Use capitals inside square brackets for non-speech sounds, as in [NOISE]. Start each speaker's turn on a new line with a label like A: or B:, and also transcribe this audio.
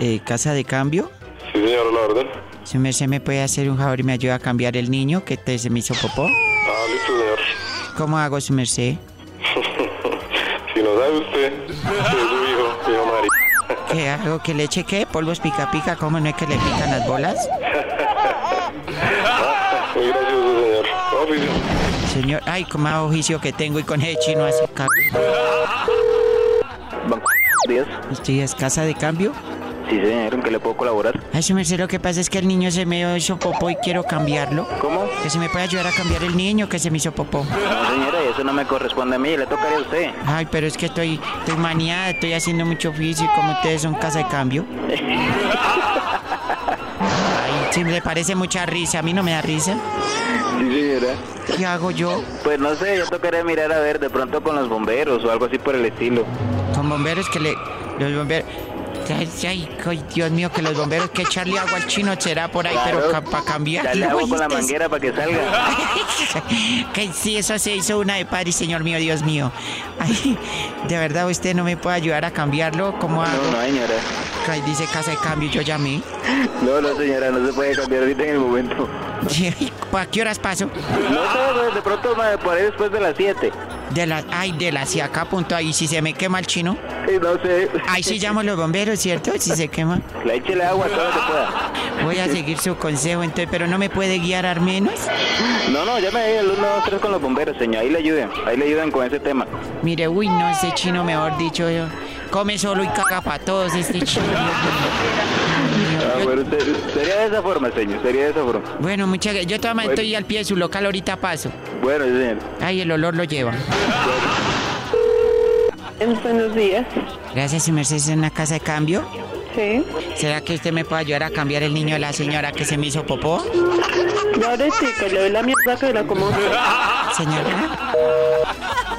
A: eh, casa de cambio.
B: Sí, señora, la orden.
A: Si merced me puede hacer un favor y me ayuda a cambiar el niño que te se me hizo popó.
B: Ah, listo, señor. [LAUGHS]
A: ¿Cómo hago, su merced?
B: si lo sabe usted, es su hijo, hijo Mari.
A: ¿Qué hago? ¿Que le cheque? ¿Polvos pica pica? ¿Cómo no es que le pican las bolas?
B: Muy gracioso, señor. Oficio.
A: Señor, ay, con más oficio que tengo y con ese chino hace c...
C: Banco 10.
A: Estoy es casa de cambio.
C: Sí, señor, ¿en qué le puedo colaborar?
A: Ay, su merced, lo que pasa es que el niño se me hizo popó y quiero cambiarlo.
C: ¿Cómo?
A: Que si me puede ayudar a cambiar el niño que se me hizo popó.
C: No, señora, eso no me corresponde a mí, le tocaría a usted.
A: Ay, pero es que estoy, estoy maniada, estoy haciendo mucho oficio y como ustedes son casa de cambio. Ay, sí, le parece mucha risa, a mí no me da risa.
C: Sí, señora.
A: ¿Qué hago yo?
C: Pues no sé, yo tocaré mirar a ver de pronto con los bomberos o algo así por el estilo.
A: Con bomberos que le... Los bomberos... Ay, ay, ay, Dios mío, que los bomberos que echarle agua al chino será por ahí, pero
C: Claro.
A: para cambiarlo.
C: Dale agua con la
A: ¿oíste?
C: manguera para que salga.
A: [LAUGHS] que sí, eso se hizo una de París, señor mío, Dios mío. Ay, de verdad, usted no me puede ayudar a cambiarlo. ¿Cómo hago?
C: No, no, señora.
A: Ahí dice casa de cambio, yo llamé.
C: No, no, señora, no se puede cambiar ahorita en el momento.
A: [LAUGHS] Ay, ¿Para qué horas paso?
C: No sé, pues, de pronto me- por ahí después de las 7.
A: De la, ay, de la si acá punto ahí, si se me quema el chino.
C: No sé.
A: Ahí sí llamo a los bomberos, ¿cierto? Si se quema.
C: La échele agua todo lo que pueda.
A: Voy a seguir su consejo, entonces, pero no me puede guiar al menos.
C: No, no, llame ahí al 123 con los bomberos, señor. Ahí le ayuden. Ahí le ayudan con ese tema.
A: Mire, uy, no, este chino, mejor dicho, yo- come solo y caga para todos este chino. Dios mío. Yo-
C: Ah, bueno, se- sería de esa forma, señor. Sería de esa forma.
A: Bueno, muchas gracias. Yo todavía estoy al pie de su local, ahorita paso.
C: Bueno, sí, señor.
A: Ay, el olor lo lleva.
D: Buenos días.
A: Gracias, su merced, es una casa de cambio.
D: Sí.
A: ¿Será que usted me puede ayudar a cambiar el niño de la señora que se me hizo popó?
D: No, ahora sí, que le doy la mierda que la como.
A: Señora.